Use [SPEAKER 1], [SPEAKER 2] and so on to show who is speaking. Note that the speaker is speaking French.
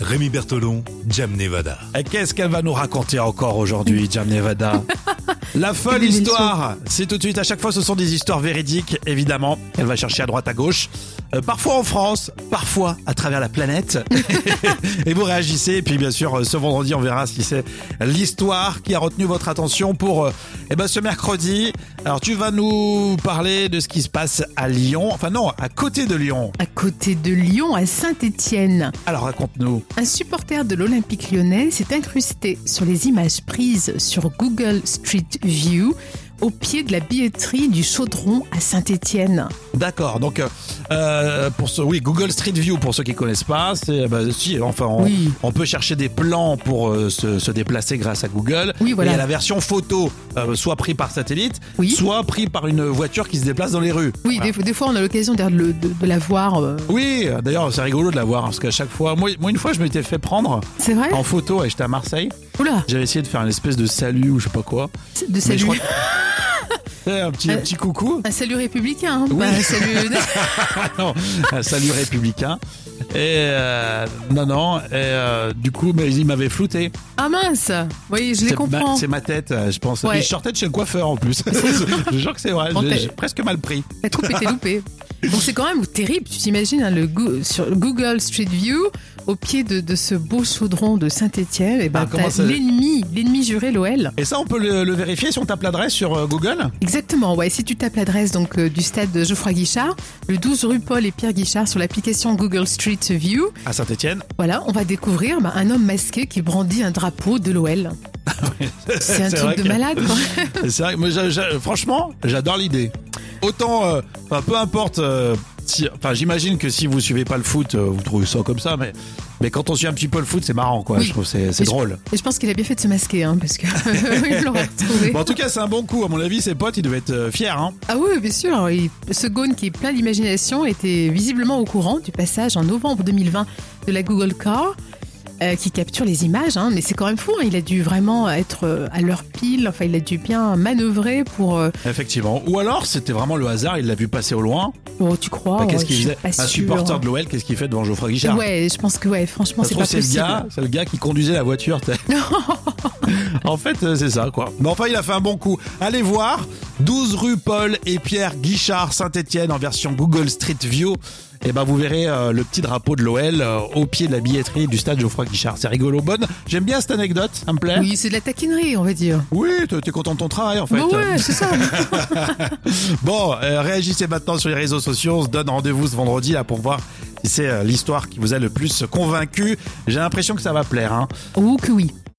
[SPEAKER 1] Rémi Bertolon, Jam Nevada.
[SPEAKER 2] Et Qu'est-ce qu'elle va nous raconter encore aujourd'hui, Jam Nevada La folle
[SPEAKER 3] Des
[SPEAKER 2] histoire C'est tout de suite, à chaque fois ce sont des histoires véridiques, évidemment. Elle va chercher à droite, à gauche. Euh, parfois en France, parfois à travers la planète. et vous réagissez. Et puis bien sûr, euh, ce vendredi, on verra si c'est l'histoire qui a retenu votre attention pour euh, eh ben, ce mercredi. Alors tu vas nous parler de ce qui se passe à Lyon. Enfin non, à côté de Lyon.
[SPEAKER 3] À côté de Lyon, à Saint-Étienne,
[SPEAKER 2] Alors raconte-nous.
[SPEAKER 3] un supporter de l'Olympique lyonnais s'est incrusté sur les images prises sur Google Street View au pied de la billetterie du Chaudron à Saint-Étienne.
[SPEAKER 2] D'accord. Donc euh, euh, pour ce, oui, Google Street View pour ceux qui connaissent pas, c'est bah, si enfin on,
[SPEAKER 3] Oui.
[SPEAKER 2] on peut chercher des plans pour euh, se, se déplacer grâce à Google.
[SPEAKER 3] Oui, voilà.
[SPEAKER 2] Et il y a la version photo, euh, soit pris par satellite,
[SPEAKER 3] Oui.
[SPEAKER 2] soit pris par une voiture qui se déplace dans les rues.
[SPEAKER 3] Oui, des, des fois on a l'occasion d'ailleurs de, le- de- de la voir. euh.
[SPEAKER 2] Oui, d'ailleurs c'est rigolo de la voir hein, parce qu'à chaque fois, moi, moi une fois je m'étais fait prendre
[SPEAKER 3] C'est vrai
[SPEAKER 2] en photo et j'étais à Marseille,
[SPEAKER 3] Oula,
[SPEAKER 2] j'avais essayé de faire une espèce de salut ou je sais pas quoi,
[SPEAKER 3] de
[SPEAKER 2] mais
[SPEAKER 3] salut. Euh,
[SPEAKER 2] je crois que- un petit un petit coucou.
[SPEAKER 3] Un salut républicain, hein,
[SPEAKER 2] Oui.
[SPEAKER 3] pas un salut...
[SPEAKER 2] non, un salut républicain. Et euh, non, non, et euh, du coup, mais il m'avait flouté.
[SPEAKER 3] ah mince Oui, je les
[SPEAKER 2] C'est ma,
[SPEAKER 3] comprends.
[SPEAKER 2] c'est ma tête, euh, je pense.
[SPEAKER 3] Ouais.
[SPEAKER 2] Et je sortais de chez le coiffeur en plus. je jure que c'est vrai,
[SPEAKER 3] En
[SPEAKER 2] j'ai-
[SPEAKER 3] tête.
[SPEAKER 2] j'ai presque mal pris.
[SPEAKER 3] La troupe était loupée. Donc c'est quand même terrible, tu t'imagines, hein, le Goo- sur Google Street View, au pied de, de ce beau chaudron de Saint-Etienne, et
[SPEAKER 2] Ah,
[SPEAKER 3] ben,
[SPEAKER 2] comment
[SPEAKER 3] t'as
[SPEAKER 2] ça-
[SPEAKER 3] l'ennemi, l'ennemi juré, l'OL.
[SPEAKER 2] Et ça, on peut le, le vérifier si on tape l'adresse sur euh, Google
[SPEAKER 3] Exactement, ouais, si tu tapes l'adresse donc euh, du stade de Geoffroy Guichard, le 12 rue Paul et Pierre Guichard sur l'application Google Street View,
[SPEAKER 2] à Saint-Etienne.
[SPEAKER 3] voilà, on va découvrir bah, un homme masqué qui brandit un drapeau de l'OL. C'est un truc de malade, quoi.
[SPEAKER 2] C'est vrai, que moi, j'a- j'a- franchement, j'adore l'idée. Autant, euh, enfin, peu importe. euh, si- Enfin, j'imagine que si vous suivez pas le foot, euh, vous trouvez ça comme ça, mais, mais quand on suit un petit peu le foot, c'est marrant, quoi.
[SPEAKER 3] Oui.
[SPEAKER 2] Je trouve que c'est c'est
[SPEAKER 3] Et je-
[SPEAKER 2] drôle.
[SPEAKER 3] Et je pense qu'il a bien fait de se masquer, hein, parce que il l'aurait retrouvé.
[SPEAKER 2] Bon, en tout cas, c'est un bon coup. À mon avis, ses potes, ils devaient être euh, fiers. Hein.
[SPEAKER 3] Ah oui, bien sûr. Il- ce Gaune qui est plein d'imagination était visiblement au courant du passage en novembre 2020 de la Google Car. euh, qui capture les images, hein. mais c'est quand même fou. hein. Il a dû vraiment être euh, à leur pile. Enfin, il a dû bien manœuvrer pour. euh,
[SPEAKER 2] Effectivement. Ou alors, c'était vraiment le hasard. Il l'a vu passer au loin.
[SPEAKER 3] oh, tu crois
[SPEAKER 2] Bah, qu'est-ce
[SPEAKER 3] ouais,
[SPEAKER 2] qu'il
[SPEAKER 3] je suis
[SPEAKER 2] faisait
[SPEAKER 3] pas
[SPEAKER 2] Un
[SPEAKER 3] sûre.
[SPEAKER 2] supporter de l'OL, qu'est-ce qu'il fait devant Geoffroy Guichard
[SPEAKER 3] Ouais, je pense que ouais. Franchement,
[SPEAKER 2] Ça se
[SPEAKER 3] c'est
[SPEAKER 2] trouve,
[SPEAKER 3] pas
[SPEAKER 2] c'est le
[SPEAKER 3] possible.
[SPEAKER 2] gars, c'est le gars qui conduisait la voiture. t'sais. en fait, euh, c'est ça, quoi. Mais enfin, il a fait un bon coup. Allez voir 12 rue Paul et Pierre Guichard Saint-Étienne en version Google Street View. Et ben, vous verrez euh, le petit drapeau de l'OL euh, au pied de la billetterie du stade Geoffroy Guichard. C'est rigolo, bonne. J'aime bien cette anecdote, ça me plaît.
[SPEAKER 3] Oui, c'est de la taquinerie, on va dire.
[SPEAKER 2] Oui, t'es t'es content de ton travail, en fait.
[SPEAKER 3] Bah ouais, c'est ça.
[SPEAKER 2] Bon, euh, réagissez maintenant sur les réseaux sociaux. On se donne rendez-vous ce vendredi là pour voir si c'est euh, l'histoire qui vous a le plus convaincu. J'ai l'impression que ça va plaire. Hein.
[SPEAKER 3] oh que oui.